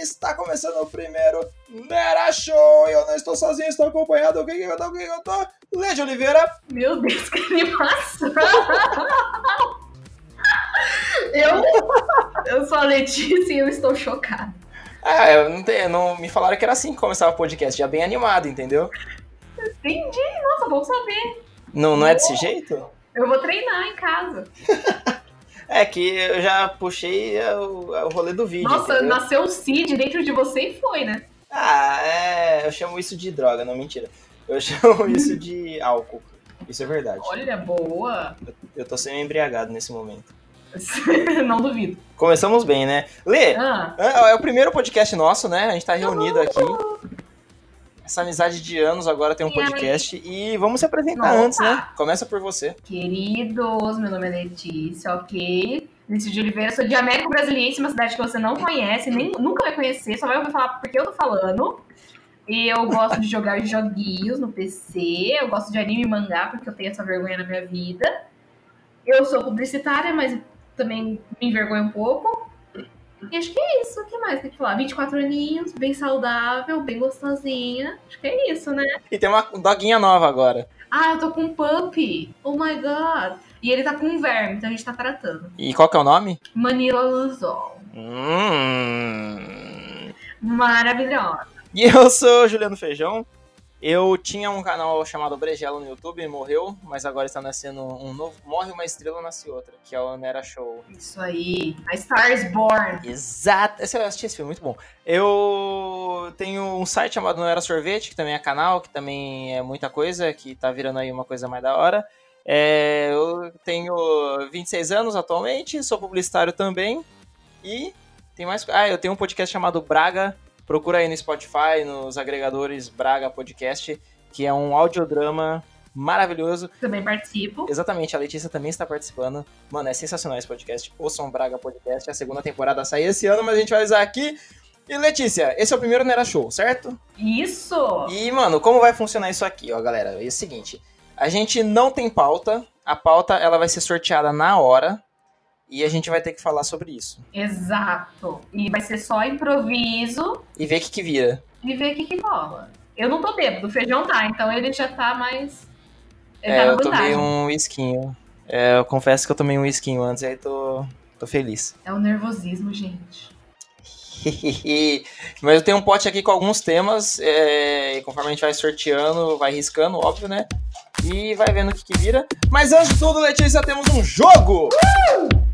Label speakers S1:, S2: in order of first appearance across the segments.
S1: está começando o primeiro Nera Show. E eu não estou sozinho, estou acompanhado. Quem que eu tô? Quem que eu tô? Lady Oliveira.
S2: Meu Deus, que animação! eu, eu sou a Letícia e eu estou chocada.
S1: Ah, eu não, te, não me falaram que era assim que começava o podcast, já bem animado, entendeu?
S2: Entendi, nossa, bom saber.
S1: Não, não é desse jeito?
S2: Eu vou treinar em casa.
S1: É que eu já puxei é o, o rolê do vídeo.
S2: Nossa,
S1: entendeu?
S2: nasceu o Cid dentro de você e foi, né?
S1: Ah, é. Eu chamo isso de droga, não mentira. Eu chamo isso de álcool. Isso é verdade.
S2: Olha, boa.
S1: Eu tô sendo embriagado nesse momento.
S2: Não duvido.
S1: Começamos bem, né? Lê,
S2: Ah,
S1: é o primeiro podcast nosso, né? A gente tá reunido aqui. Essa amizade de anos agora tem um podcast. E vamos se apresentar
S2: Nossa.
S1: antes, né? Começa por você.
S2: queridos, meu nome é Letícia, ok? Letícia de Oliveira, sou de Américo Brasiliense, uma cidade que você não conhece, nem, nunca vai conhecer, só vai ouvir falar porque eu tô falando. E eu gosto de jogar joguinhos no PC, eu gosto de anime e mangá porque eu tenho essa vergonha na minha vida. Eu sou publicitária, mas também me envergonho um pouco. E acho que é isso, o que mais tem que falar? 24 aninhos, bem saudável, bem gostosinha. Acho que é isso, né?
S1: E tem uma doguinha nova agora.
S2: Ah, eu tô com um pump. Oh my god. E ele tá com um verme, então a gente tá tratando.
S1: E qual que é o nome?
S2: Manila Luzol.
S1: Hum.
S2: Maravilhosa.
S1: E eu sou o Juliano Feijão. Eu tinha um canal chamado Brejelo no YouTube, morreu, mas agora está nascendo um novo. Morre uma estrela, nasce outra, que é o Nera Show.
S2: Isso aí. A Stars Born.
S1: Exato! Esse, eu assisti esse filme, muito bom. Eu tenho um site chamado Nera Sorvete, que também é canal, que também é muita coisa, que tá virando aí uma coisa mais da hora. É, eu tenho 26 anos atualmente, sou publicitário também. E tem mais. Ah, eu tenho um podcast chamado Braga. Procura aí no Spotify, nos agregadores Braga Podcast, que é um audiodrama maravilhoso.
S2: Também participo.
S1: Exatamente, a Letícia também está participando. Mano, é sensacional esse podcast. Ouçam o Braga Podcast. A segunda temporada sai esse ano, mas a gente vai usar aqui. E Letícia, esse é o primeiro Nera Show, certo?
S2: Isso.
S1: E, mano, como vai funcionar isso aqui, ó, galera? É o seguinte: a gente não tem pauta, a pauta ela vai ser sorteada na hora e a gente vai ter que falar sobre isso
S2: Exato. E vai ser só improviso
S1: e ver o que, que vira.
S2: e ver o que que rola. Eu não tô bêbado, o feijão tá, então ele já tá mais. Ele
S1: é,
S2: tá na
S1: eu tomei
S2: vantagem.
S1: um whiskinho. É, eu confesso que eu tomei um whiskinho antes e aí tô, tô feliz.
S2: É o nervosismo, gente.
S1: Mas eu tenho um pote aqui com alguns temas é, e conforme a gente vai sorteando, vai riscando, óbvio, né? E vai vendo o que, que vira. Mas antes de tudo, Letícia, temos um jogo! Uh!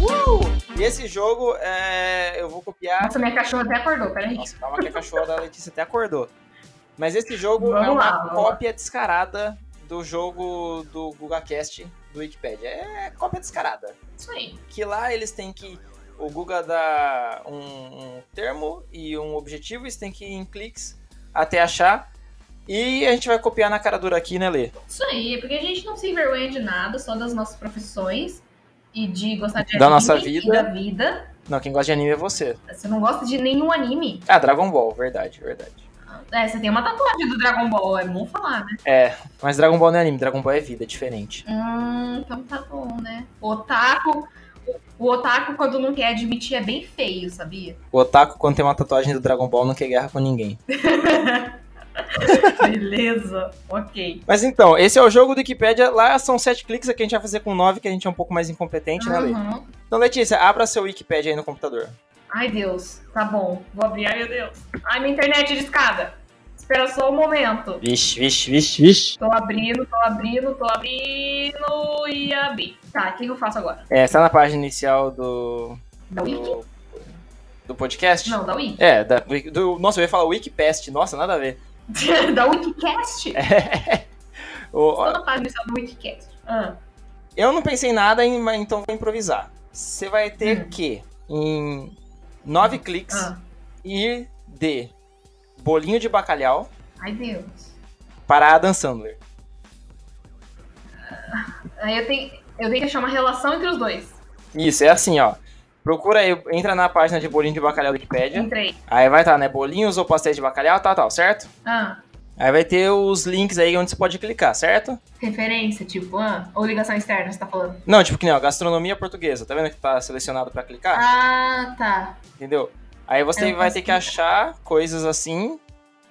S1: Uh! E esse jogo é, eu vou copiar.
S2: Nossa, minha cachorra até acordou, peraí.
S1: Nossa, calma que a cachorra da Letícia até acordou. Mas esse jogo
S2: Vamos
S1: é uma
S2: lá, vamos lá.
S1: cópia descarada do jogo do GugaCast do Wikipedia. É cópia descarada.
S2: é Isso aí.
S1: Que lá eles têm que. O Guga dá um, um termo e um objetivo, eles têm que ir em cliques até achar. E a gente vai copiar na cara dura aqui, né, Lê?
S2: Isso aí, é porque a gente não se envergonha de nada, só das nossas profissões e de gostar de
S1: Da nossa
S2: e
S1: vida.
S2: da vida.
S1: Não, quem gosta de anime é você.
S2: Você não gosta de nenhum anime.
S1: Ah, Dragon Ball, verdade, verdade.
S2: É, você tem uma tatuagem do Dragon Ball, é bom falar, né?
S1: É, mas Dragon Ball não é anime, Dragon Ball é vida, é diferente.
S2: Hum, então tá bom, né? O otaku, o otaku quando não quer admitir é bem feio, sabia?
S1: O Otaku, quando tem uma tatuagem do Dragon Ball, não quer guerra com ninguém.
S2: Beleza, ok.
S1: Mas então, esse é o jogo do Wikipedia. Lá são sete cliques, aqui a gente vai fazer com nove, que a gente é um pouco mais incompetente, né, Lê?
S2: Uhum.
S1: Então, Letícia, abra seu Wikipedia aí no computador.
S2: Ai, Deus, tá bom. Vou abrir, ai, meu Deus. Ai, minha internet discada. Espera só um momento.
S1: Vixe, vixe, vixe, vixe.
S2: Tô abrindo, tô abrindo, tô abrindo e abri. Tá, o que que eu faço agora?
S1: É, está na página inicial do.
S2: Da Wiki?
S1: do, do podcast?
S2: Não, da Wiki.
S1: É, da, do, nossa, eu ia falar Wikipest, nossa, nada a ver.
S2: da Wikicast?
S1: O-
S2: Tô na página inicial do Wikicast. Ah,
S1: eu não pensei em nada, em- mas então vou improvisar. Você vai ter
S2: Hum.
S1: que, em nove cliques,
S2: ah.
S1: ir de bolinho de bacalhau
S2: Ai, Deus.
S1: para Adam Sandler.
S2: Aí eu tenho, eu tenho que achar uma relação entre os dois.
S1: Isso, é assim, ó. Procura aí, entra na página
S2: É.
S1: de bolinho de bacalhau do Wikipedia. tá,
S2: Entrei.
S1: Aí vai estar, né? Bolinhos ou pastéis de bacalhau, tal, tal, certo?
S2: Ah,
S1: Aí vai ter os links aí onde você pode clicar, certo?
S2: Referência, tipo, ah, ou ligação externa, você tá falando.
S1: Não, tipo que nem, ó, gastronomia portuguesa. Tá vendo que tá selecionado pra clicar?
S2: Ah, tá.
S1: Entendeu? Aí você
S2: Eu
S1: vai ter que
S2: consigo.
S1: achar coisas assim.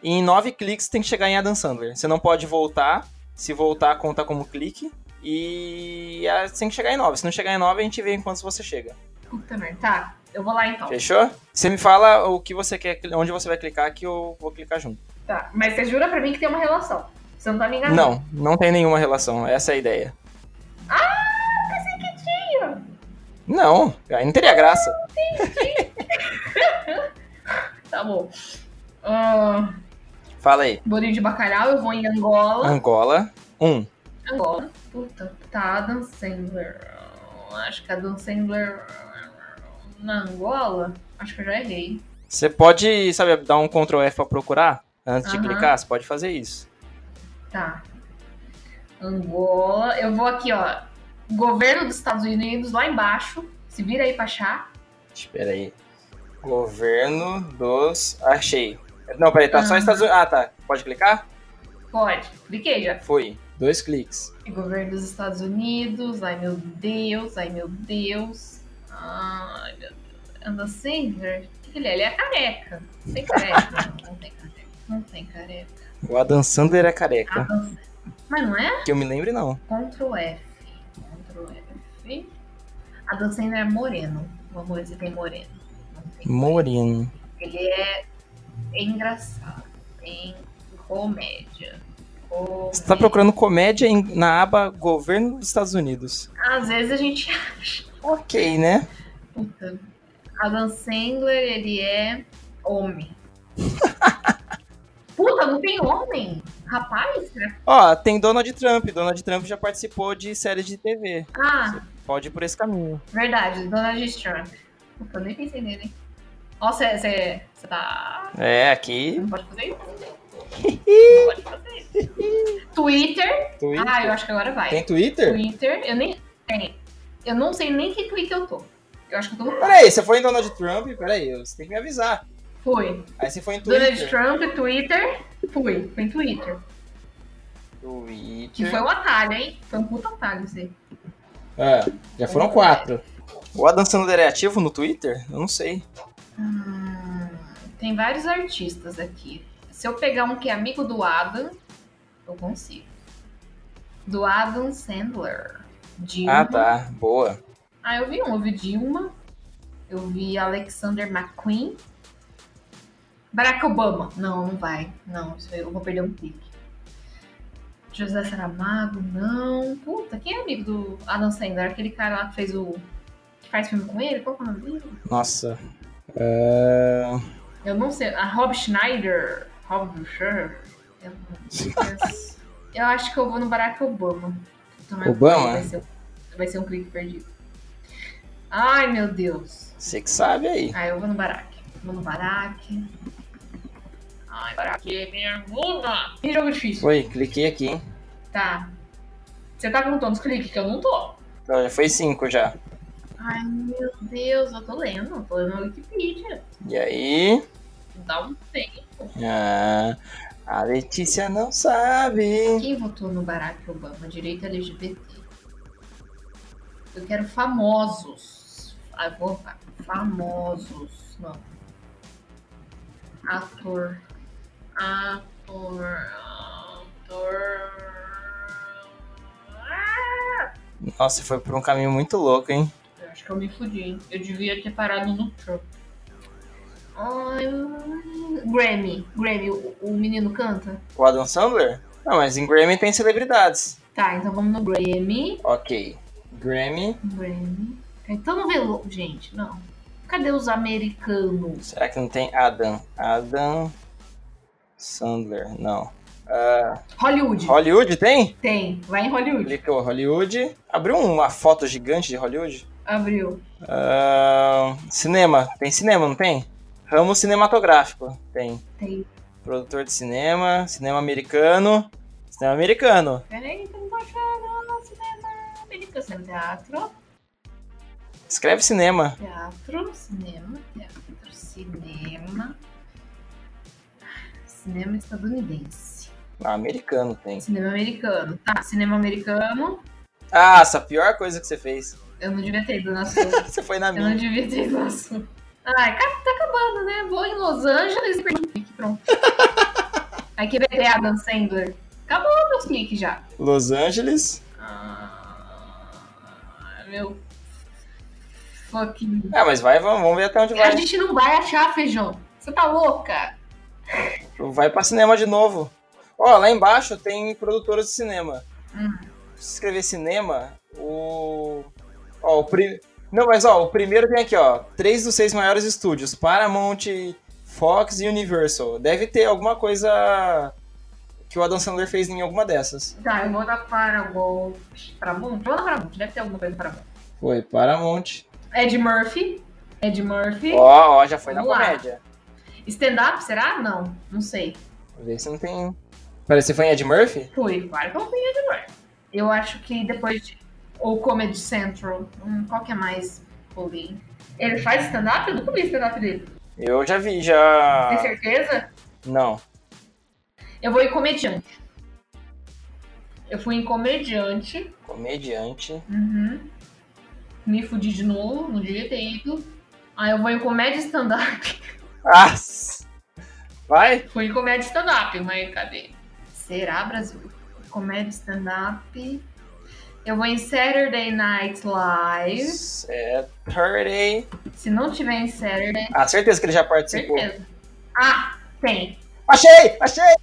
S1: E em nove cliques tem que chegar em Adam Sandler. Você não pode voltar. Se voltar, conta como clique. E ah, você tem que chegar em nove. Se não chegar em nove, a gente vê em quantos você chega.
S2: Puta merda. Tá, eu vou lá então.
S1: Fechou? Você me fala o que você quer, onde você vai clicar que eu vou clicar junto.
S2: Tá. Mas você jura pra mim que tem uma relação. Você não tá me enganando.
S1: Não, não tem nenhuma relação. Essa é a ideia.
S2: Ah, pensei que tinha.
S1: Não, aí não teria graça.
S2: Tá bom. Ah,
S1: Fala aí.
S2: bolinho de bacalhau, eu vou em Angola.
S1: Angola, um.
S2: Angola. Puta, tá, Adam Sandler. Acho que Adam Sandler na Angola. Acho que eu já errei.
S1: Você pode, sabe, dar um Ctrl F pra procurar? Antes de
S2: Aham.
S1: clicar, você pode fazer isso.
S2: Tá. Angola. Eu vou aqui, ó. Governo dos Estados Unidos, lá embaixo. Se vira aí pra achar.
S1: Espera aí. Governo dos. Achei. Não, peraí, tá só Estados Unidos. Ah, tá. Pode clicar?
S2: Pode. Cliquei já.
S1: Foi. Dois cliques.
S2: Governo dos Estados Unidos. Ai, meu Deus. Ai, meu Deus. Ai, meu Deus. Anda Sandler? O que que ele é? Ele é careca. Não tem careca. não, não tem careca. Não tem careca.
S1: O Adam Sandler é careca.
S2: Adam Sandler. Mas não é?
S1: Que eu me lembre, não.
S2: Ctrl F. Ctrl F. A do Sandler é moreno. Vamos ver se tem moreno. Não tem.
S1: Moreno.
S2: Ele é engraçado. Tem comédia. Comédia.
S1: Você tá procurando comédia em- na aba Governo dos Estados Unidos.
S2: Às vezes a gente acha.
S1: Ok, né?
S2: Puta. Adam Sandler, ele é homem. Puta, não tem homem? Rapaz? será-
S1: Ó, tem Donald Trump. Donald Trump já participou de séries de TV.
S2: Ah,
S1: Pode ir por esse caminho.
S2: verdade, Donald Trump. Puta, eu nem pensei nele. Ó, você tá.
S1: É, aqui.
S2: Não pode fazer isso. Não pode fazer isso. Twitter.
S1: Twitter.
S2: Ah, eu acho que agora vai.
S1: Tem Twitter?
S2: Twitter, eu nem. Tem. Eu não sei nem que clique eu tô. Eu acho que eu tô no.
S1: Peraí, você foi em Donald Trump? Peraí, você tem que me avisar.
S2: Fui.
S1: Aí você foi em
S2: Donald
S1: Twitter.
S2: Trump, Twitter. Fui. Foi em Twitter. Que
S1: Twitter.
S2: foi um atalho, hein? Foi um puta atalho isso aí.
S1: Ah, já foram quatro. O Adam Sandler é ativo no Twitter? Eu não sei.
S2: Hum, tem vários artistas aqui. Se eu pegar um que é amigo do Adam, eu consigo. Do Adam Sandler. Dilma.
S1: Ah, tá. Boa.
S2: Ah, eu vi um. Eu vi Dilma. Eu vi Alexander McQueen. Barack Obama. Não, não vai. Não, isso aí eu vou perder um clique. José Saramago, não. Puta, quem é amigo do Adam Sandler? Aquele cara lá que fez o. que faz filme com ele? Qual que é o nome dele?
S1: Nossa. Ah,
S2: Eu não sei. A Rob Schneider. Rob Schneider. Eu, não- eu acho que eu vou no Barack Obama. Puta, mas
S1: Obama?
S2: Vai ser, vai ser um clique perdido. Ai, meu Deus.
S1: você que sabe aí.
S2: Ah, eu vou no Baraque. Vou no Baraque. Ai, é Baraque, me ajuda! Que jogo difícil.
S1: Foi, cliquei aqui, hein?
S2: Tá. Você tá contando os cliques que eu não tô.
S1: Não, já foi cinco já.
S2: Ai, meu Deus, eu tô lendo. eu Tô lendo a Wikipedia.
S1: E aí?
S2: Dá um tempo.
S1: Ah, a Letícia não sabe.
S2: Quem votou no Barack Obama? Direito LGBT. Eu quero famosos. Ah, eu vou. Famosos. Não. Ator. Ator. Ator. Ah!
S1: Nossa, foi por um caminho muito louco, hein?
S2: Eu acho que eu me fudi, hein? Eu devia ter parado no Trump. Ai, Grammy. Grammy, o, o menino canta?
S1: O Adam Sandler? Não, mas em Grammy tem celebridades.
S2: Tá, então vamos no Grammy.
S1: Ok. Grammy.
S2: Grammy. Caetano Veloso. Gente, não. Cadê os americanos?
S1: Será que não tem Adam? Adam Sandler, não. Ah,
S2: Hollywood.
S1: Hollywood tem?
S2: Tem. Vai em Hollywood.
S1: Clicou Hollywood. Abriu uma foto gigante de Hollywood.
S2: Abriu.
S1: Ah, cinema. Tem cinema, não tem? Ramo cinematográfico. Tem.
S2: Tem.
S1: Produtor de cinema, cinema americano. Cinema americano.
S2: Peraí, tô baixando. Cinema. Americano. Cinema, Teatro.
S1: Escreve cinema.
S2: Teatro. Cinema. Teatro. Cinema. Cinema estadunidense.
S1: Ah, americano tem.
S2: Cinema americano. Tá, cinema americano.
S1: Ah, essa pior coisa que você fez.
S2: Eu não devia ter ido no assunto.
S1: Você foi na
S2: Eu não
S1: minha.
S2: devia ter ido no assunto. Ai, cara, tá acabando, né? Vou em Los Angeles e perdi o clique, pronto. Aí que vem a Adam Sandler. Acabou meus cliques já.
S1: Los Angeles.
S2: Ah, meu. Fucking.
S1: Ah, mas vai, vamos vamos ver até onde
S2: É, A
S1: vai.
S2: gente não vai achar, feijão. Você tá louca?
S1: Vai pra cinema de novo. Ó, lá embaixo tem produtoras de cinema.
S2: Hum.
S1: Se escrever cinema, o. Ó, o pri... Não, mas ó, o primeiro tem aqui, ó. Três dos seis maiores estúdios: Paramount, Fox e Universal. Deve ter alguma coisa que o Adam Sandler fez em alguma dessas.
S2: Tá, eu vou dar Paramount. Paramount? Vou dar Paramount, deve ter alguma coisa para Paramount.
S1: Foi, Paramount.
S2: Ed Murphy. Ed Murphy.
S1: Ó, ó, já foi na
S2: Vamos lá.
S1: comédia.
S2: Stand-up, será? Não, não sei.
S1: Vê se não tem. Peraí, você foi em Ed Murphy?
S2: Fui, claro que eu fui em Ed Murphy. Eu acho que depois de. Ou Comedy Central. Hum, qual que é mais ruim? Ele faz stand-up? Eu nunca vi stand-up dele.
S1: Eu já vi, já.
S2: Tem certeza?
S1: Não.
S2: Eu vou em comediante. Eu fui em comediante.
S1: Comediante.
S2: Uhum. Me fudi de novo, não devia ter ido. Aí eu vou em comédia stand-up.
S1: Ah! Vai?
S2: Fui em comédia stand-up, mas cadê? Será, Brasil? Comédia stand-up. Eu vou em Saturday Night Live.
S1: Saturday.
S2: Se não tiver em Saturday,
S1: É, Ah, certeza que ele já participou.
S2: certeza. Ah, tem.
S1: Achei! Achei!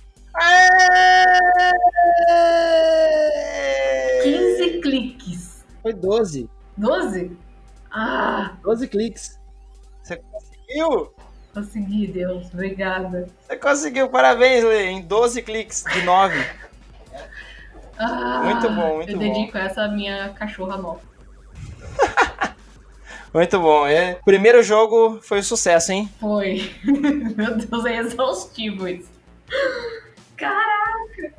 S1: Aê!
S2: 15 cliques.
S1: Foi 12.
S2: 12? Ah,
S1: 12 cliques. Você conseguiu!
S2: consegui, Deus. Obrigada.
S1: Você conseguiu, parabéns, Lê, em 12 cliques de 9.
S2: Ah,
S1: Muito bom, muito
S2: Eu dedico essa à minha cachorra nova.
S1: Muito bom. É, Primeiro jogo foi um sucesso, hein?
S2: Foi. Meu Deus, é exaustivo isso. Caraca!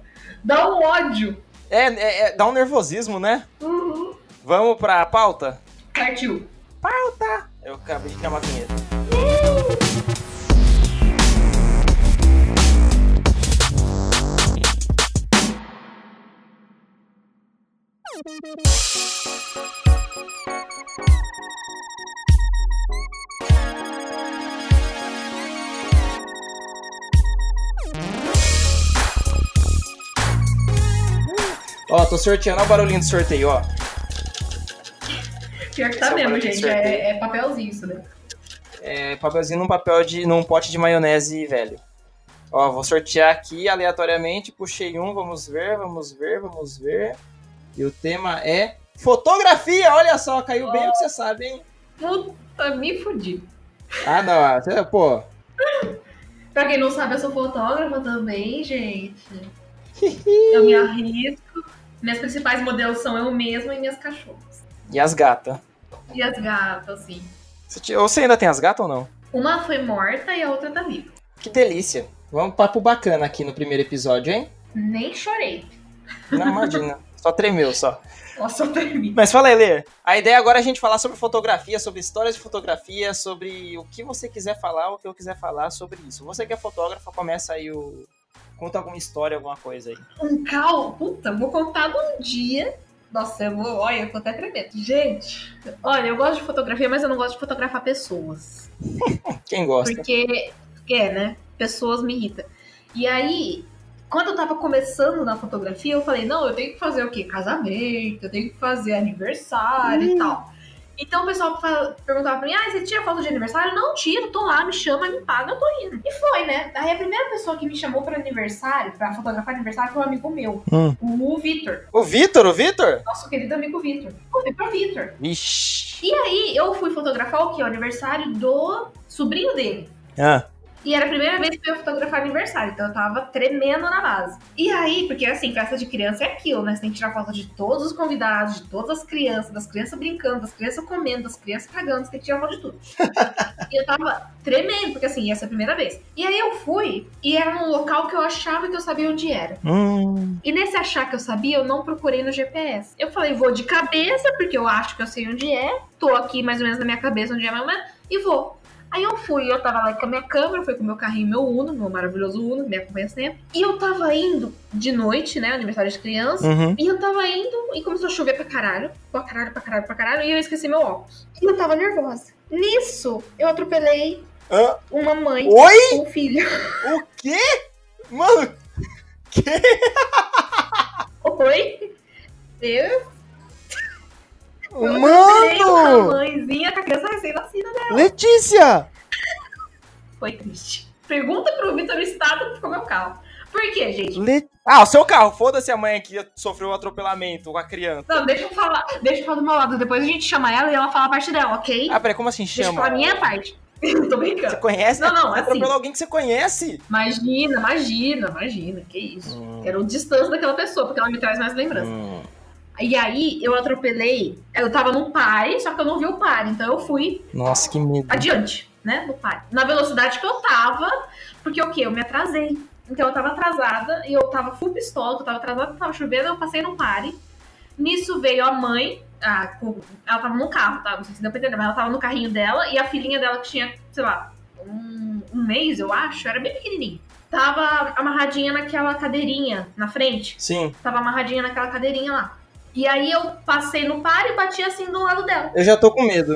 S2: Dá um ódio.
S1: É, é- é- dá um nervosismo, né?
S2: Uhum.
S1: Vamos pra pauta?
S2: Partiu.
S1: Eu acabei de criar uma vinheta. Ó, tô sorteando, ó o barulhinho do sorteio, ó.
S2: Pior que
S1: Esse é
S2: tá
S1: o
S2: mesmo,
S1: barulho de
S2: gente.
S1: sorteio.
S2: É, é papelzinho isso, né?
S1: É, papelzinho num papel de. num pote de maionese velho. Ó, vou sortear aqui aleatoriamente, puxei um, vamos ver, vamos ver, vamos ver. E o tema é fotografia, olha só, caiu bem o que você sabe, hein?
S2: Puta, me fudi.
S1: Ah, não, ah, você- pô.
S2: Pra quem não sabe, eu sou fotógrafa também, gente. eu me arrisco. Minhas principais modelos são eu mesma e minhas cachorras.
S1: E as gatas?
S2: E as gatas, assim.
S1: Você ti- ou Você ainda tem as gatas ou não?
S2: Uma foi morta e a outra tá viva.
S1: Que delícia. Vamos papo bacana aqui no primeiro episódio, hein?
S2: Nem chorei.
S1: Não imagina. Só tremeu, só.
S2: Ela só termina.
S1: Mas fala aí, Lê. A ideia agora é a gente falar sobre fotografia, sobre histórias de fotografia, sobre o que você quiser falar, o que eu quiser falar sobre isso. Você que é fotógrafo, começa aí o. Conta alguma história, alguma coisa aí.
S2: um cal, puta, eu vou contar de um dia. Nossa, eu vou, olha, eu tô até tremendo. Gente, olha, eu gosto de fotografia, mas eu não gosto de fotografar pessoas.
S1: Quem gosta?
S2: Porque, é, né? Pessoas me irritam. E aí, quando eu tava começando na fotografia, eu falei, não, eu tenho que fazer o quê? Casamento, eu tenho que fazer aniversário e tal. Então o pessoal fa- perguntava pra mim, ah, você tira foto de aniversário? Eu não tiro, tô lá, me chama, me paga, eu tô indo. E foi, né? Aí a primeira pessoa que me chamou pra aniversário, pra fotografar aniversário, foi um amigo meu,
S1: Hum.
S2: o Vitor.
S1: O Vitor, o Vitor?
S2: Nosso querido amigo Vitor. Convidei pro Vitor.
S1: Vixe.
S2: E aí, eu fui fotografar o quê? O aniversário do sobrinho dele.
S1: Ah.
S2: E era a primeira vez que eu ia fotografar aniversário, então eu tava tremendo na base. E aí, porque assim, festa de criança é aquilo, né? Você tem que tirar foto de todos os convidados, de todas as crianças, das crianças brincando, das crianças comendo, das crianças cagando, você tem que tirar foto de tudo. e eu tava tremendo, porque assim, ia ser a primeira vez. E aí eu fui, e era num local que eu achava que eu sabia onde era.
S1: Hum.
S2: E nesse achar que eu sabia, eu não procurei no GPS. Eu falei, vou de cabeça, porque eu acho que eu sei onde é. Tô aqui mais ou menos na minha cabeça onde é mais ou menos, e vou. Aí eu fui, eu tava lá com a minha câmera, fui com o meu carrinho, meu Uno, meu maravilhoso Uno, que me acompanha sempre. E eu tava indo de noite, né? Aniversário de criança.
S1: Uhum.
S2: E eu tava indo e começou a chover pra caralho, pra caralho, pra caralho, pra caralho, e eu esqueci meu óculos. E eu tava nervosa. Nisso, eu atropelei
S1: Hã?
S2: uma mãe
S1: Oi?
S2: com um filho.
S1: O quê? Mano,
S2: Oi? Eu atropelei uma
S1: mano!
S2: mãezinha com a criança recém-nascida dela.
S1: Letícia!
S2: Foi triste. Pergunta pro Vitor o estado que ficou meu carro. Por quê, gente?
S1: Le... Ah, o seu carro, foda-se a mãe aqui, sofreu um atropelamento com a criança.
S2: Não, deixa eu falar, deixa eu falar do meu lado. Depois a gente chama ela e ela fala a parte dela, ok?
S1: Ah, peraí, como assim
S2: deixa eu falar
S1: chama?
S2: a minha parte. Tô
S1: Você
S2: brincando.
S1: conhece?
S2: Não, não,
S1: Você
S2: assim.
S1: atropelou alguém que você conhece?
S2: Imagina, imagina, imagina. Que isso. Era o distância daquela pessoa, porque ela me traz mais lembrança.
S1: Hum.
S2: E aí eu atropelei. Eu tava num pare, só que eu não vi o pare. Então eu fui
S1: Nossa, que medo.
S2: adiante, né? Do pare. Na velocidade que eu tava, porque o quê? Eu me atrasei. Então eu tava atrasada e eu tava full pistola, que eu tava atrasada, tava chovendo, eu passei num pare. Nisso veio a mãe, a- com- ela tava no carro, tá? Não sei se deu pra entender, mas ela tava no carrinho dela e a filhinha dela que tinha, sei lá, um, um mês, eu acho, era bem pequenininha. Tava amarradinha naquela cadeirinha na frente.
S1: Sim,
S2: Tava amarradinha naquela cadeirinha lá. E aí eu passei no par e bati assim do lado dela.
S1: eu já tô com medo.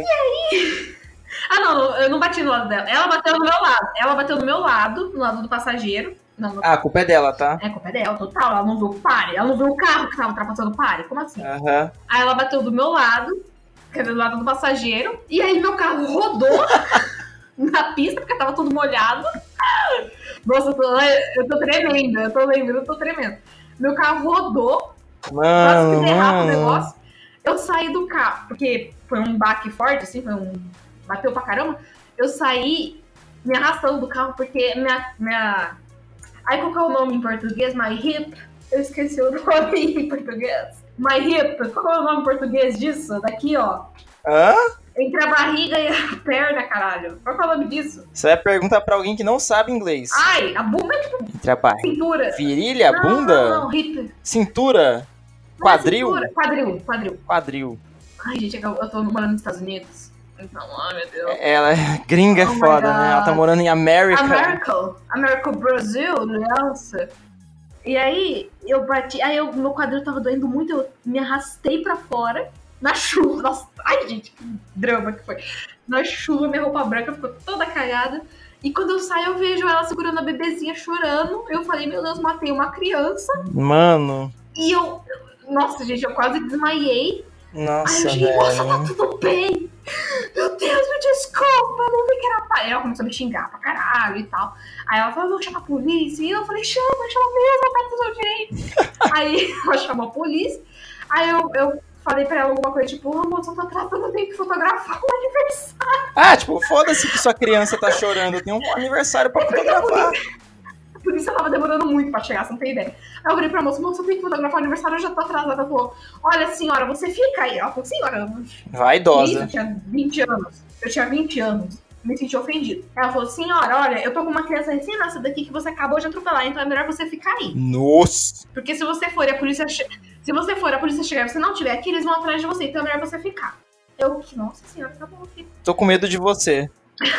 S2: Ah, não, eu não bati no lado dela. Ela bateu no meu lado. Ela bateu no meu lado, no lado do passageiro. Não, não.
S1: Ah, a culpa é dela, tá?
S2: É culpa dela, total. Ela não viu o pare. Ela não viu o carro que tava ultrapassando o pare. Como assim?
S1: Aham.
S2: Aí ela bateu do meu lado, quer dizer, do lado do passageiro. E aí meu carro rodou na pista, porque tava tudo molhado. Nossa, eu tô, eu tô tremendo, eu tô lembrando, eu tô tremendo. Meu carro rodou Quase
S1: Mano,
S2: que né, derrapa o
S1: Ah, mano.
S2: negócio. Eu saí do carro, porque foi um baque forte, assim, foi um. Bateu pra caramba. Eu saí me arrastando do carro, porque minha. minha... Aí qual que é o nome em português? My hip? Eu esqueci o nome em português. My hip, qual é o nome em português disso? Daqui, ó.
S1: Hã?
S2: Entre a barriga e a perna, caralho. Qual que é o nome disso?
S1: Você vai perguntar pra alguém que não sabe inglês.
S2: Ai, a bunda é de
S1: Entre a barriga.
S2: cintura.
S1: Virilha,
S2: Não,
S1: bunda,
S2: Não, não, hip. Não é
S1: cintura, quadril,
S2: cintura, Quadril, quadril.
S1: quadril.
S2: Ai, gente, é que eu eu tô morando nos Estados Unidos. Então, ai, meu Deus.
S1: Ela é gringa, é
S2: Oh my
S1: foda, né? Ela tá
S2: God.
S1: morando em América.
S2: America, America Brasil, nossa. E aí eu bati, aí eu, meu quadril tava doendo muito, eu me arrastei pra fora na chuva. Nossa, ai gente, que drama que foi. Na chuva, minha roupa branca ficou toda cagada. E quando eu saio, eu vejo ela segurando a bebezinha chorando. Eu falei, meu Deus, matei uma criança.
S1: Mano,
S2: E eu, nossa gente, eu quase desmaiei. Aí
S1: nossa,
S2: eu cheguei, nossa, tá
S1: velho.
S2: tudo bem. Meu Deus, me desculpa, eu não vi que era pai. Ela começou a me xingar pra caralho e tal. Aí ela falou, eu vou chamar a polícia. E eu falei, chama, chama mesmo, tá tudo bem. Aí ela chamou a polícia. Aí eu, eu falei pra ela alguma coisa, tipo, ah, moça, eu tô atrasando, eu tenho que fotografar o aniversário.
S1: Ah, tipo, foda-se que sua criança tá chorando. Tem um aniversário pra fotografar.
S2: A polícia tava demorando muito pra chegar, você não tem ideia. Aí eu falei pra moça, moça, eu tenho que fotografar o aniversário, eu já tô atrasada. Ela falou, olha, senhora, você fica aí. Ela falou, senhora, eu não Isso, eu
S1: Vaidosa.
S2: tinha 20 anos. Eu tinha 20 anos. Me senti ofendida. Ela falou, senhora, olha, eu tô com uma criança recém-nascida aqui que você acabou de atropelar, então é melhor você ficar aí.
S1: Nossa.
S2: Porque se você for e a polícia... che- Se você for, a polícia chegar e você não estiver aqui, eles vão atrás de você, então é melhor você ficar. Eu, que nossa senhora, tá bom aqui.
S1: Tô com medo de você.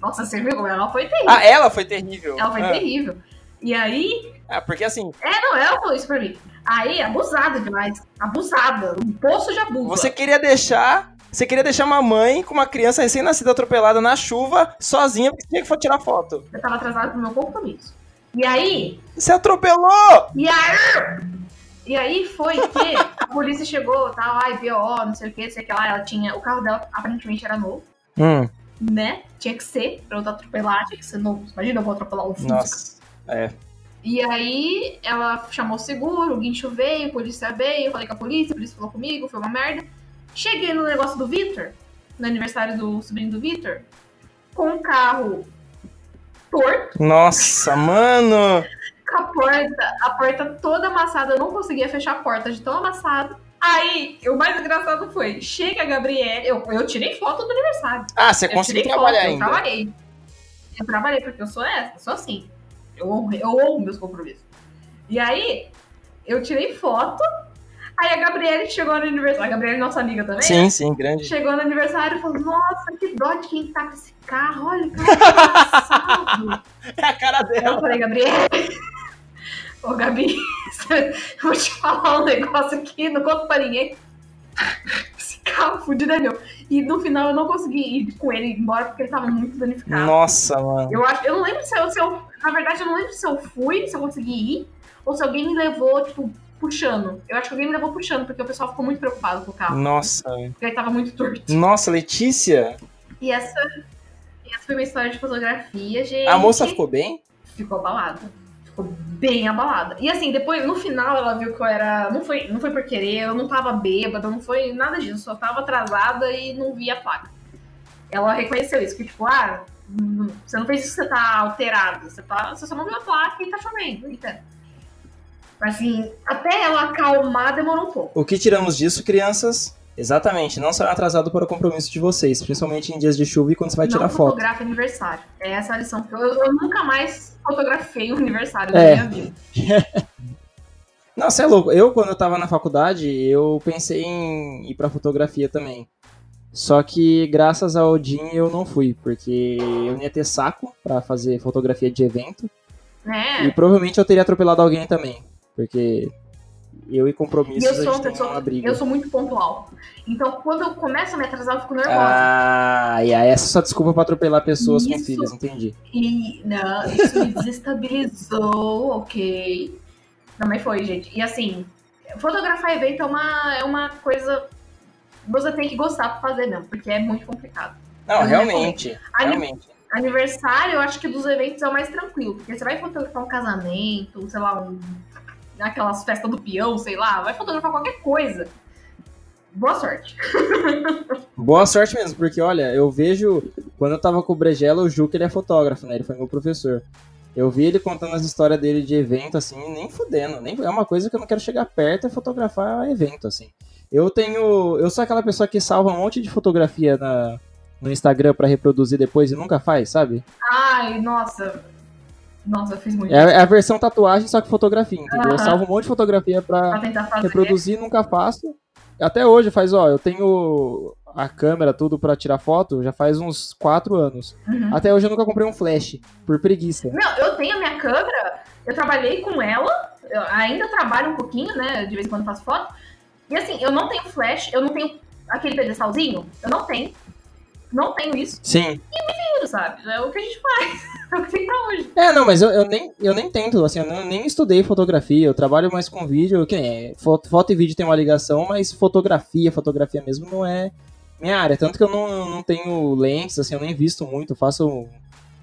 S2: nossa, você viu como ela foi terrível.
S1: Ah, ela foi terrível.
S2: Ela foi
S1: ah,
S2: terrível. E aí...
S1: ah, porque assim,
S2: É, não, ela falou isso pra mim. Aí, abusada demais. Abusada. Um poço de abuso.
S1: você queria deixar. Você queria deixar uma mãe com uma criança recém-nascida atropelada na chuva, sozinha, porque tinha que tirar foto.
S2: Eu tava atrasada pro meu compromisso. E aí,
S1: Você atropelou!
S2: E aí, e aí foi que a polícia chegou, tal, ai, BO, não sei o que, não sei o que lá. Ela tinha. O carro dela aparentemente era novo,
S1: Hum,
S2: né? Tinha que ser, pra eu não atropelar, tinha que ser novo. Imagina, eu vou atropelar um Fusca.
S1: nossa. É.
S2: E aí ela chamou o seguro, o guincho veio, a polícia veio, eu falei com a polícia, a polícia falou comigo, foi uma merda. Cheguei no negócio do Victor, no aniversário do sobrinho do Victor, com o carro torto.
S1: Nossa, mano!
S2: com a porta, a porta toda amassada, eu não conseguia fechar a porta de tão amassada. Aí, o mais engraçado foi, chega a Gabriela, eu, eu tirei foto do aniversário.
S1: Ah, você
S2: eu
S1: conseguiu
S2: tirei
S1: trabalhar
S2: foto,
S1: ainda.
S2: Eu trabalhei. Eu trabalhei, porque eu sou essa, eu sou assim. Eu honro, eu honro meus compromissos. E aí, eu tirei foto, Aí a Gabriele chegou no aniversário. A Gabriele, nossa amiga também. né?
S1: Sim, sim, grande.
S2: Chegou no aniversário e falou: Nossa, que dó de quem tá com esse carro. Olha, o carro tá engraçado.
S1: É a cara
S2: Aí
S1: dela.
S2: eu falei, Gabriele. Ô, Gabi, eu vou te falar um negócio aqui, não conto pra ninguém. Esse carro fudido é meu. E no final eu não consegui ir com ele embora porque ele tava muito danificado.
S1: Nossa, mano.
S2: Eu acho, eu não lembro se eu, se eu- Na verdade, eu não lembro se eu fui, se eu consegui ir, ou se alguém me levou, tipo, puxando. Eu acho que alguém me levou puxando, porque o pessoal ficou muito preocupado com o carro.
S1: Nossa.
S2: Porque ele tava muito torto.
S1: Nossa, Letícia.
S2: E essa, e essa foi minha história de fotografia, gente.
S1: A moça ficou bem?
S2: ficou abalada. Ficou bem abalada. E assim, depois, no final, ela viu que eu era. Não foi, não foi por querer, eu não tava bêbada, não foi nada disso, só tava atrasada e não vi a placa. Ela reconheceu isso, que tipo, ah, hum, você não fez isso que você tá alterada, você, tá, você só não viu a placa e tá chovendo, entende? Assim, até ela acalmar demorou um pouco.
S1: O que tiramos disso, crianças? Exatamente, não será atrasado para o compromisso de vocês, principalmente em dias de chuva e quando você vai tirar
S2: não
S1: foto.
S2: fotografa aniversário. É essa a lição. que Eu, eu nunca mais fotografei um aniversário
S1: É.
S2: da minha vida.
S1: Não, você é louco. Eu, quando eu tava na faculdade, eu pensei em ir pra fotografia também. Só que, graças ao Jim, eu não fui, porque eu não ia ter saco pra fazer fotografia de evento. E
S2: Né?
S1: provavelmente eu teria atropelado alguém também, porque eu e
S2: E
S1: compromissos,
S2: eu
S1: a
S2: sou uma
S1: gente tem
S2: pessoa,
S1: uma briga.
S2: eu sou muito pontual. Então, quando eu começo a me atrasar, eu fico nervosa.
S1: Ah, e aí essa é só desculpa pra atropelar pessoas com
S2: Isso.
S1: filhos, entendi.
S2: E, não, isso me desestabilizou, ok. Não, mas foi, gente. E assim, fotografar evento é uma, é uma coisa que você tem que gostar pra fazer mesmo, porque é muito complicado.
S1: Não,
S2: Eu não
S1: realmente,
S2: Ani-
S1: realmente.
S2: Aniversário, eu acho que dos eventos é o mais tranquilo, porque você vai fotografar um casamento, sei lá, um, aquelas festas do peão, sei lá, vai fotografar qualquer coisa. Boa sorte.
S1: Boa sorte mesmo, porque olha, eu vejo. Quando eu tava com o Brejela, o Juca ele é fotógrafo, né? Ele foi meu professor. Eu vi ele contando as histórias dele de evento, assim, nem fudendo. Nem, é uma coisa que eu não quero chegar perto é fotografar evento, assim. Eu tenho. Eu sou aquela pessoa que salva um monte de fotografia na, no Instagram pra reproduzir depois e nunca faz, sabe?
S2: Ai, nossa. Nossa, eu fiz muito.
S1: É, a- é a versão tatuagem, só que fotografia, entendeu? Eu
S2: Aham.
S1: salvo um monte de fotografia pra,
S2: Pra tentar fazer.
S1: reproduzir, nunca faço. Até hoje faz, ó, eu tenho a câmera, tudo pra tirar foto, já faz uns 4 anos.
S2: Uhum.
S1: Até hoje eu nunca comprei um flash, por preguiça.
S2: Não, eu tenho a minha câmera, eu trabalhei com ela, eu ainda trabalho um pouquinho, né? De vez em quando faço foto. E assim, eu não tenho flash, eu não tenho aquele pedestalzinho, eu não tenho. Não tenho isso,
S1: Sim.
S2: sabe? É o que a gente faz, é o que tem pra hoje.
S1: É, não, mas eu, eu, nem, eu nem tento, assim, eu não- nem estudei fotografia, eu trabalho mais com vídeo, que nem é, foto, foto e vídeo tem uma ligação, mas fotografia, fotografia mesmo não é minha área. Tanto que eu não, não tenho lentes, assim, eu nem visto muito, eu faço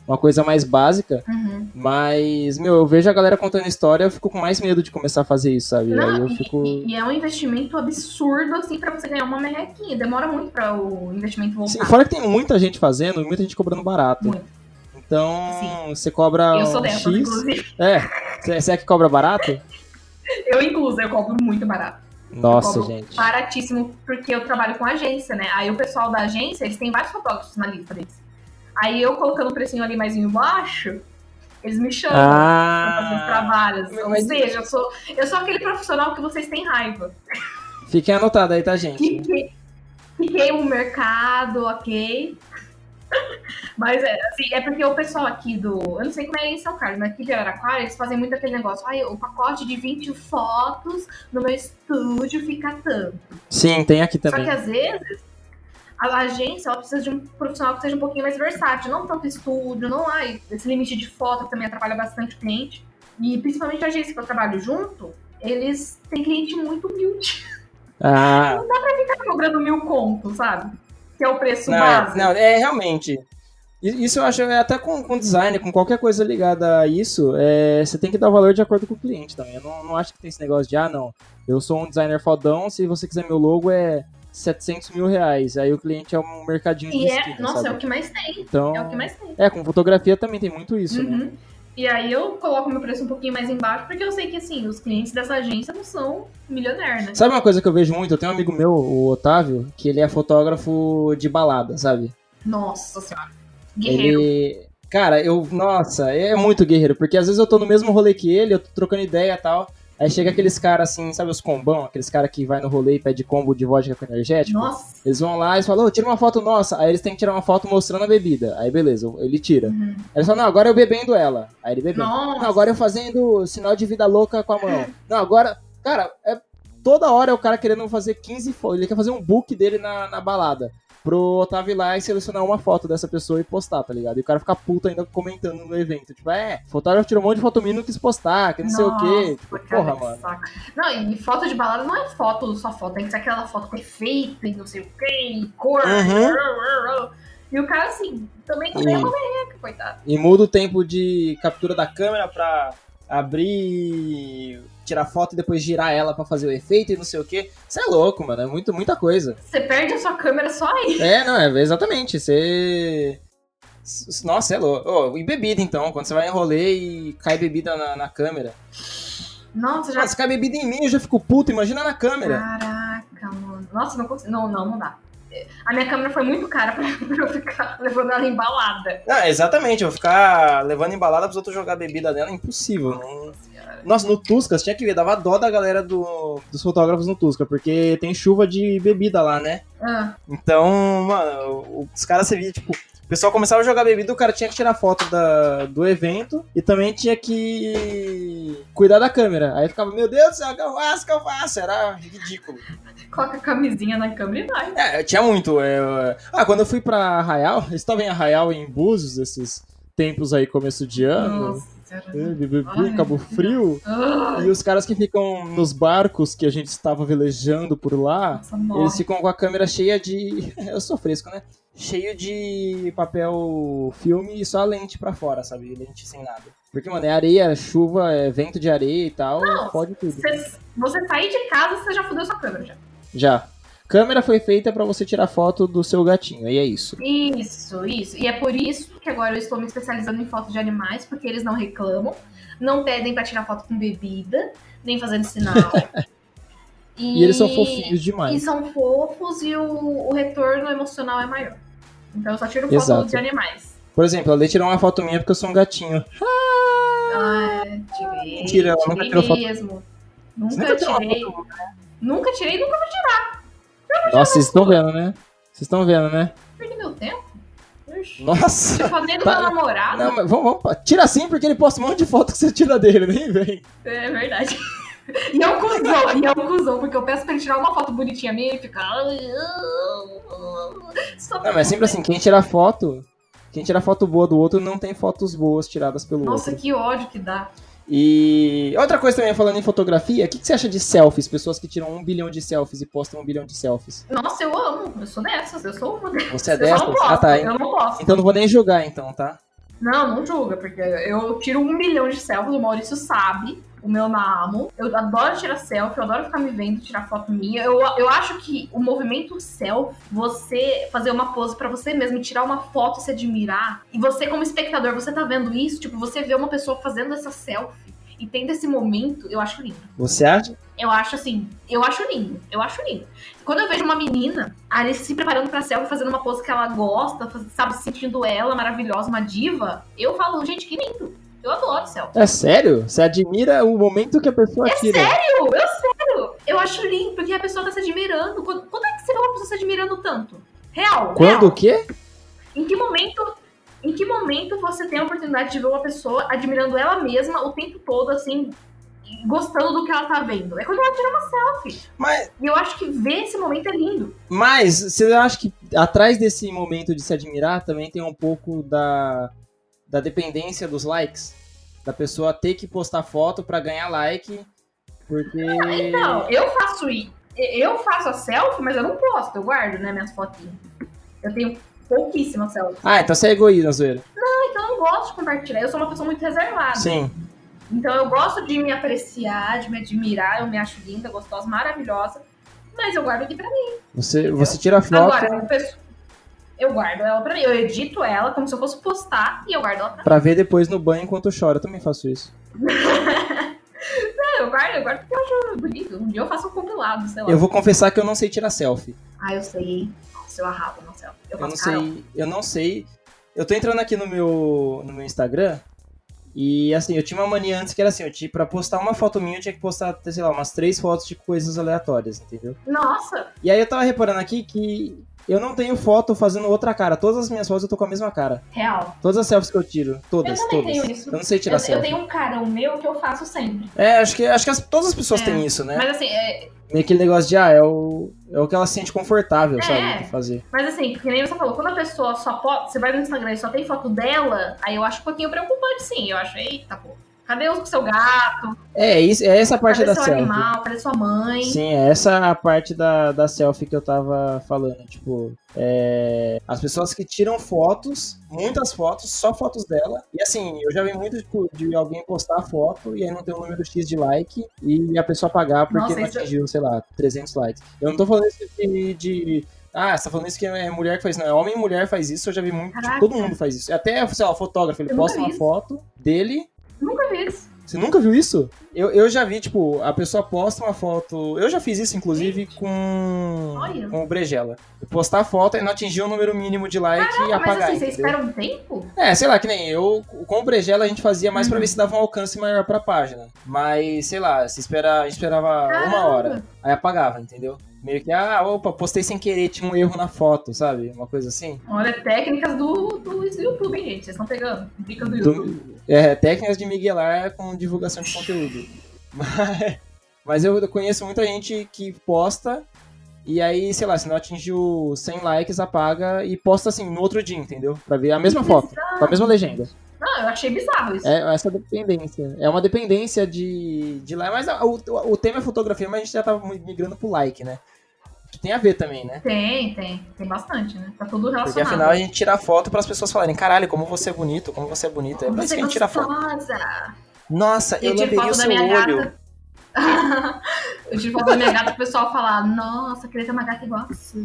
S1: uma coisa mais básica.
S2: Uhum.
S1: Mas, meu, eu vejo a galera contando história, eu fico com mais medo de começar a fazer isso, sabe? Aí
S2: Não,
S1: eu
S2: e,
S1: fico.
S2: e- e é um investimento absurdo, assim, pra você ganhar uma merrequinha. Demora muito pra o investimento voltar.
S1: Sim, fora que tem muita gente fazendo e muita gente cobrando barato.
S2: Muito.
S1: Então,
S2: Sim.
S1: você cobra
S2: eu sou
S1: um
S2: dessa,
S1: X.
S2: inclusive.
S1: É, você- você é que cobra barato?
S2: Eu, inclusive, eu cobro muito barato.
S1: Nossa,
S2: cobro
S1: gente.
S2: baratíssimo, porque eu trabalho com agência, né? Aí o pessoal da agência, eles têm vários fotógrafos na lista deles. Aí eu colocando o precinho ali mais embaixo, eles me chamam pra fazer
S1: Ah!
S2: trabalhos. Ou
S1: Mas-
S2: seja, eu sou, eu sou aquele profissional que vocês têm raiva.
S1: Fiquem anotado aí, tá,
S2: Que,
S1: gente?
S2: que, que queima o mercado, ok. Mas é, assim, é porque o pessoal aqui do. Eu não sei como é em São Carlos, mas aqui de Araraquara, eles fazem muito aquele negócio. Ai, o pacote de 20 fotos no meu estúdio fica tanto.
S1: Sim, tem aqui
S2: Só que
S1: também.
S2: às vezes a agência ela precisa de um profissional que seja um pouquinho mais versátil, não tanto estúdio, não há esse limite de foto que também atrapalha bastante o cliente. E principalmente a agência que eu trabalho junto, eles têm cliente muito humilde,
S1: Ah,
S2: tá cobrando mil conto, sabe? Que é o preço
S1: não, é-
S2: básico.
S1: não, é realmente. I- Isso eu acho, é até com, com design, com qualquer coisa ligada a isso, é, você tem que dar valor de acordo com o cliente também. Eu não, não acho que tem esse negócio de, ah, não, eu sou um designer fodão, se você quiser meu logo é 700 mil reais. Aí o cliente é um mercadinho de
S2: E é,
S1: esquina,
S2: nossa, é
S1: sabe?
S2: o que mais tem,
S1: Então,
S2: é o que mais tem.
S1: é, com fotografia também tem muito isso, né?
S2: Uhum. E aí eu coloco meu preço um pouquinho mais embaixo, porque eu sei que assim, os clientes dessa agência não são milionários, né?
S1: Sabe uma coisa que eu vejo muito? Eu tenho um amigo meu, o Otávio, que ele é fotógrafo de balada, sabe?
S2: Nossa senhora. Guerreiro.
S1: Ele. é Cara, eu. Nossa, é muito guerreiro, porque às vezes eu tô no mesmo rolê que ele, eu tô trocando ideia e tal. Aí chega aqueles caras assim, sabe os combão? Aqueles caras que vai no rolê e pede combo de vodka com energético.
S2: Nossa.
S1: Eles vão lá e falam, ô, tira uma foto nossa. Aí eles têm que tirar uma foto mostrando a bebida. Aí beleza, ele tira.
S2: Uhum.
S1: Aí eles falam, não, agora eu bebendo ela. Aí ele bebendo. Não,
S2: Nossa.
S1: agora eu fazendo sinal de vida louca com a mão. Não, agora. Cara, é toda hora é o cara querendo fazer 15 fotos. Ele quer fazer um book dele na, na balada. Pro Otávio ir lá e selecionar uma foto dessa pessoa e postar, tá ligado? E o cara fica puto ainda comentando no evento. Tipo, é, fotógrafo tirou um monte de foto minha e não quis postar, que não sei o quê.
S2: Nossa,
S1: Tipo,
S2: cara,
S1: porra,
S2: que
S1: mano.
S2: saco. Não, e foto de balada não é foto, só foto. Tem que ser aquela foto com efeito e não sei o quê, e cor. E o cara, assim, também não é uma merreca, coitado.
S1: E muda o tempo de captura da câmera pra abrir, tirar foto e depois girar ela pra fazer o efeito e não sei o quê. Isso é louco, mano. É muito, muita coisa.
S2: Você perde a sua câmera só aí.
S1: É, não, é exatamente. Você. S- s- Nossa, é louco. Ô, e bebida então, quando você vai em rolê e cai bebida na, na câmera.
S2: Nossa, já.
S1: Nossa, se cai bebida em mim, eu já fico puto, imagina na câmera.
S2: Caraca, mano. Nossa, não consigo. Não, não, não dá. A minha câmera foi muito cara pra pra eu ficar levando ela embalada.
S3: Ah, exatamente, eu vou ficar levando embalada pros outros jogar bebida nela, impossível. não-
S1: né? Nossa, no Tuscas tinha que ver, dava dó da galera do- dos fotógrafos no Tusca, porque tem chuva de bebida lá, né?
S2: Ah,
S1: Então, mano,
S3: O- o-
S1: os caras se via, tipo, o pessoal começava a jogar bebida, o cara tinha que tirar foto da, do evento e também tinha que cuidar da câmera. Aí ficava, meu Deus do céu, o que eu faço, o que eu faço? Era ridículo.
S2: coloca a camisinha na câmera e vai.
S1: É, tinha muito. é, Ah, quando eu fui pra Arraial, eu estava em Arraial e em Búzios esses tempos aí, começo de ano.
S2: Nossa, senhora.
S1: é, BBB,
S2: Ai,
S1: Cabo Frio.
S2: Ah,
S1: E os caras que ficam nos barcos que a gente estava velejando por lá,
S2: Nossa, morre.
S1: eles ficam com a câmera cheia de. Eu sou fresco, né? Cheio de papel filme e só a lente pra fora, sabe? Lente sem nada. Porque, mano, é areia, chuva, é vento de areia e tal,
S2: Não,
S1: pode tudo.
S2: Você, você sair de casa, você já fudeu sua câmera já.
S1: Já. Câmera foi feita pra você tirar foto do seu gatinho, e é isso.
S2: Isso, isso. E é por isso que agora eu estou me especializando em fotos de animais, porque eles não reclamam, não pedem pra tirar foto com bebida, nem fazendo sinal.
S1: E eles são fofinhos demais.
S2: E são fofos e o, o retorno emocional é maior. Então eu só tiro foto
S1: Exato.
S2: de animais.
S1: Por exemplo, a Lê tirou uma foto minha porque eu sou um gatinho.
S2: Ah, tirei.
S1: Mentira, ela nunca
S2: tirei
S1: tirou foto.
S2: mesmo.
S1: Você
S2: Nunca
S1: nunca tirou uma
S2: tirei. Nunca tirei, nunca
S1: Nossa, vocês estão vendo, né? Vocês estão vendo, né?
S2: perdi meu tempo. Ixi.
S1: Nossa!
S2: Eu falei do
S1: Tá-
S2: meu namorado.
S1: Não, mas vamos, vamos. Tira assim porque ele posta um monte de foto que você tira dele, nem vem.
S2: É verdade. E é um cuzão, e é um cuzão, porque eu peço pra ele tirar uma foto bonitinha minha e fica. Só pra-
S1: Não, mas é sempre assim, quem tira foto. Quem tira foto boa do outro não tem fotos boas tiradas pelo
S2: Nossa,
S1: outro.
S2: que ódio que dá.
S1: E outra coisa também, falando em fotografia, o que, que você acha de selfies? Pessoas que tiram um bilhão de selfies e postam um bilhão de selfies.
S2: Nossa, eu amo. Eu sou dessas, eu sou uma dessas.
S1: Você é
S2: Eu só
S1: dessas?
S2: não posso,
S1: Ah, tá.
S2: eu não posso.
S1: Então não vou nem julgar, então, tá?
S2: Não, não julga, porque eu tiro um milhão de selfies, o Maurício sabe, o meu namo. Eu adoro tirar selfie, eu adoro ficar me vendo, tirar foto minha. Eu, eu acho que o movimento selfie, você fazer uma pose pra você mesmo, tirar uma foto e se admirar, e você como espectador, você tá vendo isso, tipo, você vê uma pessoa fazendo essa selfie e tendo esse momento, eu acho lindo.
S1: Você acha?
S2: Eu acho assim, eu acho lindo, eu acho lindo. Quando eu vejo uma menina ali se preparando pra selfie, fazendo uma pose que ela gosta, faz- sabe, se sentindo ela maravilhosa, uma diva, eu falo, gente, que lindo. Eu adoro selfie.
S1: É sério? Você admira o momento que a pessoa
S2: É
S1: tira.
S2: sério, eu sério. Eu acho lindo, porque a pessoa tá se admirando. Quando, quando é que você vê uma pessoa se admirando tanto? Real,
S1: Quando
S2: real.
S1: o quê?
S2: Em que momento. Em que momento você tem a oportunidade de ver uma pessoa admirando ela mesma o tempo todo, assim, e gostando do que ela tá vendo? É quando ela tira uma selfie.
S3: Mas,
S2: E eu acho que ver esse momento é lindo.
S1: Mas você acha que atrás desse momento de se admirar também tem um pouco da, da dependência dos likes? Da pessoa ter que postar foto pra ganhar like, porque.
S2: Não, então. eu faço i- eu faço a selfie, mas eu não posto, eu guardo, né, minhas fotinhas. Eu tenho pouquíssimas selfies.
S1: Ah, então você é egoísta, zoeira.
S2: Ah, Então eu não gosto de compartilhar, eu sou uma pessoa muito reservada.
S1: Sim.
S2: Então eu gosto de me apreciar, de me admirar, eu me acho linda, gostosa, maravilhosa, mas eu guardo aqui pra mim.
S1: Você, você tira a foto
S2: Agora, eu, penso- eu guardo ela pra mim, eu edito ela como se eu fosse postar e eu guardo ela pra
S1: pra ver depois no banho enquanto chora. Eu também faço isso.
S2: mim. Eu guardo, eu guardo porque eu acho bonito. Um dia eu faço um compilado, sei lá.
S1: Eu vou confessar que eu não sei tirar selfie.
S2: Ah, eu sei. Nossa, eu arrabo na selfie. Eu,
S1: Eu não
S2: faço carão.
S1: sei. Eu não sei. Eu tô entrando aqui no meu, no meu Instagram E assim, eu tinha uma mania antes que era assim, eu tinha, pra postar uma foto minha, eu tinha que postar, sei lá, umas três fotos de coisas aleatórias, entendeu?
S2: Nossa!
S1: E aí eu tava reparando aqui que eu não tenho foto fazendo outra cara. Todas as minhas fotos eu tô com a mesma cara.
S2: Real.
S1: Todas as selfies que eu tiro. Todas,
S2: eu também
S1: todas.
S2: tenho isso.
S1: Eu não sei tirar
S2: eu, eu
S1: selfie.
S2: tenho um carão meu que eu faço sempre.
S1: É, acho que, acho que as- todas as pessoas
S2: É.
S1: têm isso, né?
S2: Mas assim, é,
S1: Meio aquele negócio de, ah, é o, é o que ela se sente confortável,
S2: É.
S1: sabe? De fazer.
S2: mas assim, que nem você falou, quando a pessoa só pode. Você vai no Instagram e só tem foto dela, aí eu acho um pouquinho preocupante, sim. Eu acho, eita, pô. Cadê o seu gato?
S1: É, isso, é essa parte
S2: cadê
S1: da
S2: seu
S1: selfie.
S2: animal? Cadê sua mãe?
S1: Sim, é essa a parte da, da selfie que eu tava falando. Tipo, é, as pessoas que tiram fotos, muitas fotos, só fotos dela. E assim, eu já vi muito tipo, de alguém postar a foto e aí não tem um número X de like e a pessoa pagar porque
S2: Nossa,
S1: não
S2: isso- é
S1: atingiu, sei lá, 300 likes. Eu não tô falando isso de. de- ah, você tá falando isso que é mulher que faz. Não, é homem e mulher faz isso, eu já vi muito. tipo,
S2: Caraca.
S1: todo mundo faz isso. Até, sei lá, o fotógrafo, ele
S2: Eu nunca
S1: posta
S2: vi
S1: uma
S2: isso.
S1: foto dele
S2: Nunca vi isso.
S1: você nunca viu isso? Eu, eu já vi, tipo, a pessoa posta uma foto. Eu já fiz isso, inclusive, com,
S2: Olha.
S1: com o Brejela. Eu postar a foto e não atingir o número mínimo de like e
S2: Mas
S1: apagar.
S2: assim, você
S1: entendeu?
S2: espera um tempo?
S1: É, sei lá, que nem eu. Com o Brejela a gente fazia mais pra
S2: Uhum.
S1: ver se dava um alcance maior pra página. Mas, sei lá, se espera, a gente esperava Ah, uma
S2: Caramba.
S1: hora. Aí apagava, entendeu? Meio que, ah, opa, postei sem querer, tinha um erro na foto, sabe? Uma coisa assim.
S2: Olha, é técnicas do, do YouTube, hein, gente? Vocês estão pegando? Dica do YouTube.
S1: Do- é, técnicas de miguelar com divulgação de conteúdo. Mas, mas eu conheço muita gente que posta e aí, sei lá, se não atingiu 100 likes, apaga e posta assim no outro dia, entendeu? Pra ver a mesma foto, com a mesma legenda.
S2: Ah, Não, eu achei bizarro isso.
S1: É essa dependência. É uma dependência de, de like. Mas a- o, o tema é fotografia, mas a gente já tava migrando pro like, né? Que tem a ver também, né?
S2: Tem, tem. Tem bastante, né? Tá tudo relacionado.
S1: Porque afinal a gente tira foto para as pessoas falarem: caralho, como você é bonito, como você é bonita. É pra isso
S2: Você
S1: que
S2: é
S1: a gente tira foto.
S2: gostosa.
S1: Nossa, eu,
S2: Eu tiro
S1: lamberia o
S2: foto da
S1: seu
S2: minha
S1: olho.
S2: gata. eu tiro foto da minha gata pro pessoal falar, nossa, queria ter uma gata igual a sua.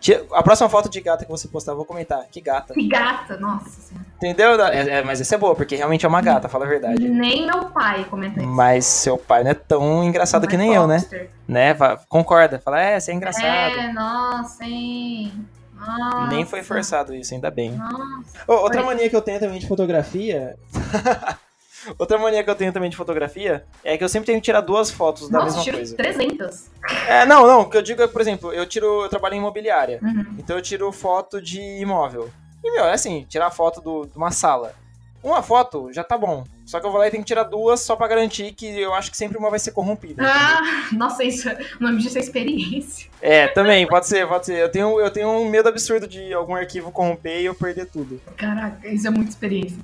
S1: Tia- A próxima foto de gata que você postar, eu vou comentar. Que gata.
S2: Que gata, nossa senhora.
S1: Entendeu? É- é, mas essa é boa, porque realmente é uma gata, fala a verdade.
S2: Nem meu pai comenta isso.
S1: Mas seu pai não é tão engraçado que
S2: Meu
S1: nem
S2: pai é
S1: eu, né?
S2: Foster.
S1: Né? Va- Concorda. Fala, é, você é engraçado.
S2: É, nossa, hein. É, Nossa.
S1: Nem foi forçado isso, ainda bem.
S2: Nossa.
S1: Ô, outra
S2: Oi.
S1: mania que eu tenho também de fotografia. outra mania que eu tenho também de fotografia é que eu sempre tenho que tirar duas fotos da
S2: Nossa,
S1: mesma
S2: tiro
S1: coisa.
S2: 300.
S1: É, não, não. O que eu digo é, por exemplo, eu tiro. Eu trabalho em imobiliária.
S2: Uhum.
S1: Então eu tiro foto de imóvel. E, meu, é assim, tirar foto do- de uma sala. Uma foto já tá bom. Só que eu vou lá e tenho que tirar duas só pra garantir que eu acho que sempre uma vai ser corrompida.
S2: Ah, nossa, isso, o nome disso é experiência.
S1: É, também, pode ser, pode ser. Eu tenho, eu tenho um medo absurdo de algum arquivo corromper e eu perder tudo.
S2: Caraca, isso é muita experiência.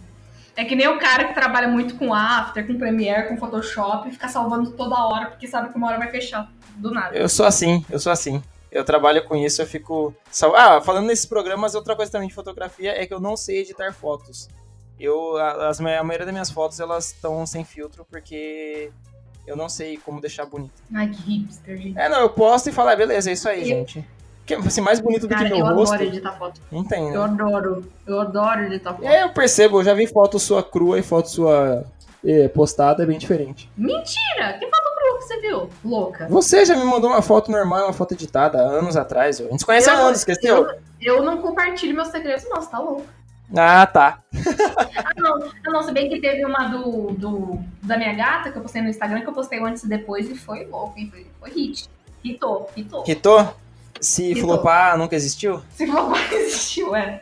S2: É que nem o cara que trabalha muito com After, com Premiere, com Photoshop, e fica salvando toda hora, porque sabe que uma hora vai fechar. Do nada.
S1: Eu sou assim, eu sou assim. Eu trabalho com isso, eu fico. sal- Ah, falando nesses programas, outra coisa também de fotografia é que eu não sei editar fotos. Eu, a- as, ma- a maioria das minhas fotos, elas estão sem filtro porque eu não sei como deixar bonito.
S2: Ai, que hipster, gente.
S1: É, não, eu posto e falo, ah, beleza, é isso aí,
S2: Eu-
S1: gente. Que, assim, mais bonito do
S2: Cara,
S1: que
S2: eu
S1: meu rosto,
S2: adoro editar foto.
S1: não tem,
S2: Eu
S1: né?
S2: adoro. Eu adoro editar foto.
S1: E aí eu percebo, eu já vi foto sua crua e foto sua eh, postada, é bem diferente.
S2: Mentira! Que foto crua que você viu? Louca.
S1: Você já me mandou uma foto normal, uma foto editada, há anos atrás, eu- a gente se conhece há
S2: Eu-
S1: anos, esqueceu?
S2: Eu não compartilho meus segredos, não, você tá louco.
S1: Ah, tá.
S2: Ah, não. Ah, não, se bem que teve uma do, do- da minha gata que eu postei no Instagram, que eu postei antes e depois, e foi louco, hein? Foi, foi hit. Hitou, hitou.
S1: Quitou? Se
S2: Quitou.
S1: flopar, nunca existiu?
S2: Se flopar, existiu, é.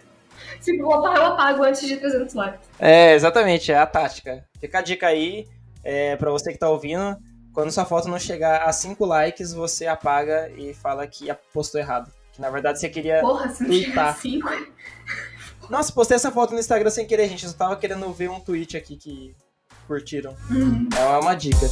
S2: Se flopar, eu apago antes de 300 likes.
S1: É, exatamente, é a tática. Fica a dica aí, é, pra você que tá ouvindo, quando sua foto não chegar a 5 likes, você apaga e fala que a- postou errado. Que na verdade você queria
S2: Porra, se não é.
S1: Eita.
S2: chegar a 5.
S1: Nossa, postei essa foto no Instagram sem querer, gente. Eu só tava querendo ver um tweet aqui que curtiram.
S2: Hum.
S1: É uma dica.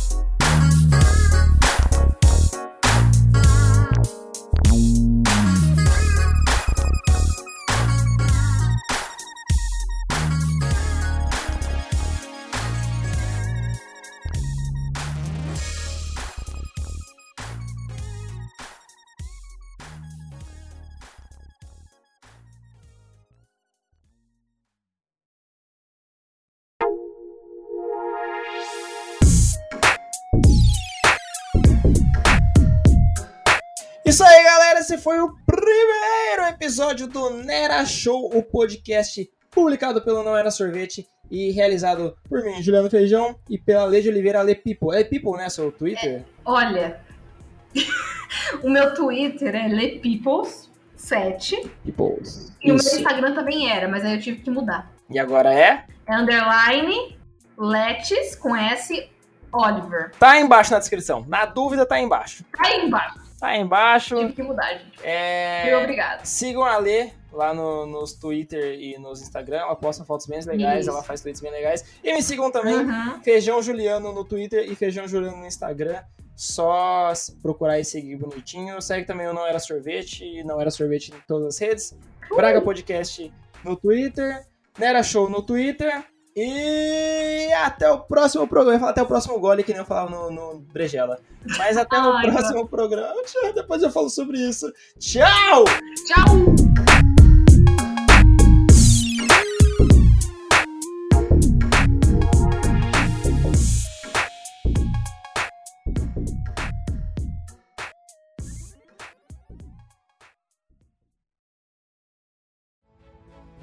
S1: Isso aí, galera. Esse foi o primeiro episódio do Nera Show, o podcast publicado pelo Não Era Sorvete.
S4: e realizado por mim, Juliano Feijão, e pela Lei de Oliveira Ale People. É People, né? Seu Twitter?
S2: Olha, o meu Twitter é lepeoples7
S4: People.
S2: e o meu
S1: Isso.
S2: Instagram também era, mas aí eu tive que mudar.
S1: E agora é?
S2: É underline letes com S Oliver.
S1: Tá aí embaixo na descrição. Na dúvida, tá aí embaixo.
S2: Tá aí embaixo.
S1: Tá aí embaixo.
S2: Tive que mudar, gente. Muito
S1: É...
S2: obrigada.
S1: Sigam a Lê lá no- nos Twitter e nos Instagram. Ela posta fotos bem legais,
S2: Isso.
S1: ela faz tweets bem legais. E me sigam também,
S2: Uhum.
S1: Feijão Juliano no Twitter e Feijão Juliano no Instagram. Só s- procurar e seguir bonitinho. Segue também o Não Era Sorvete e Não Era Sorvete em todas as redes. Braga Podcast no Twitter. Nera Show no Twitter. E até o próximo programa. Eu ia falar até o próximo gole, que nem eu falava no, no Brejela. Mas até o
S2: Ai,
S1: próximo programa. Tchau, Depois eu falo sobre isso. Tchau!
S2: Tchau!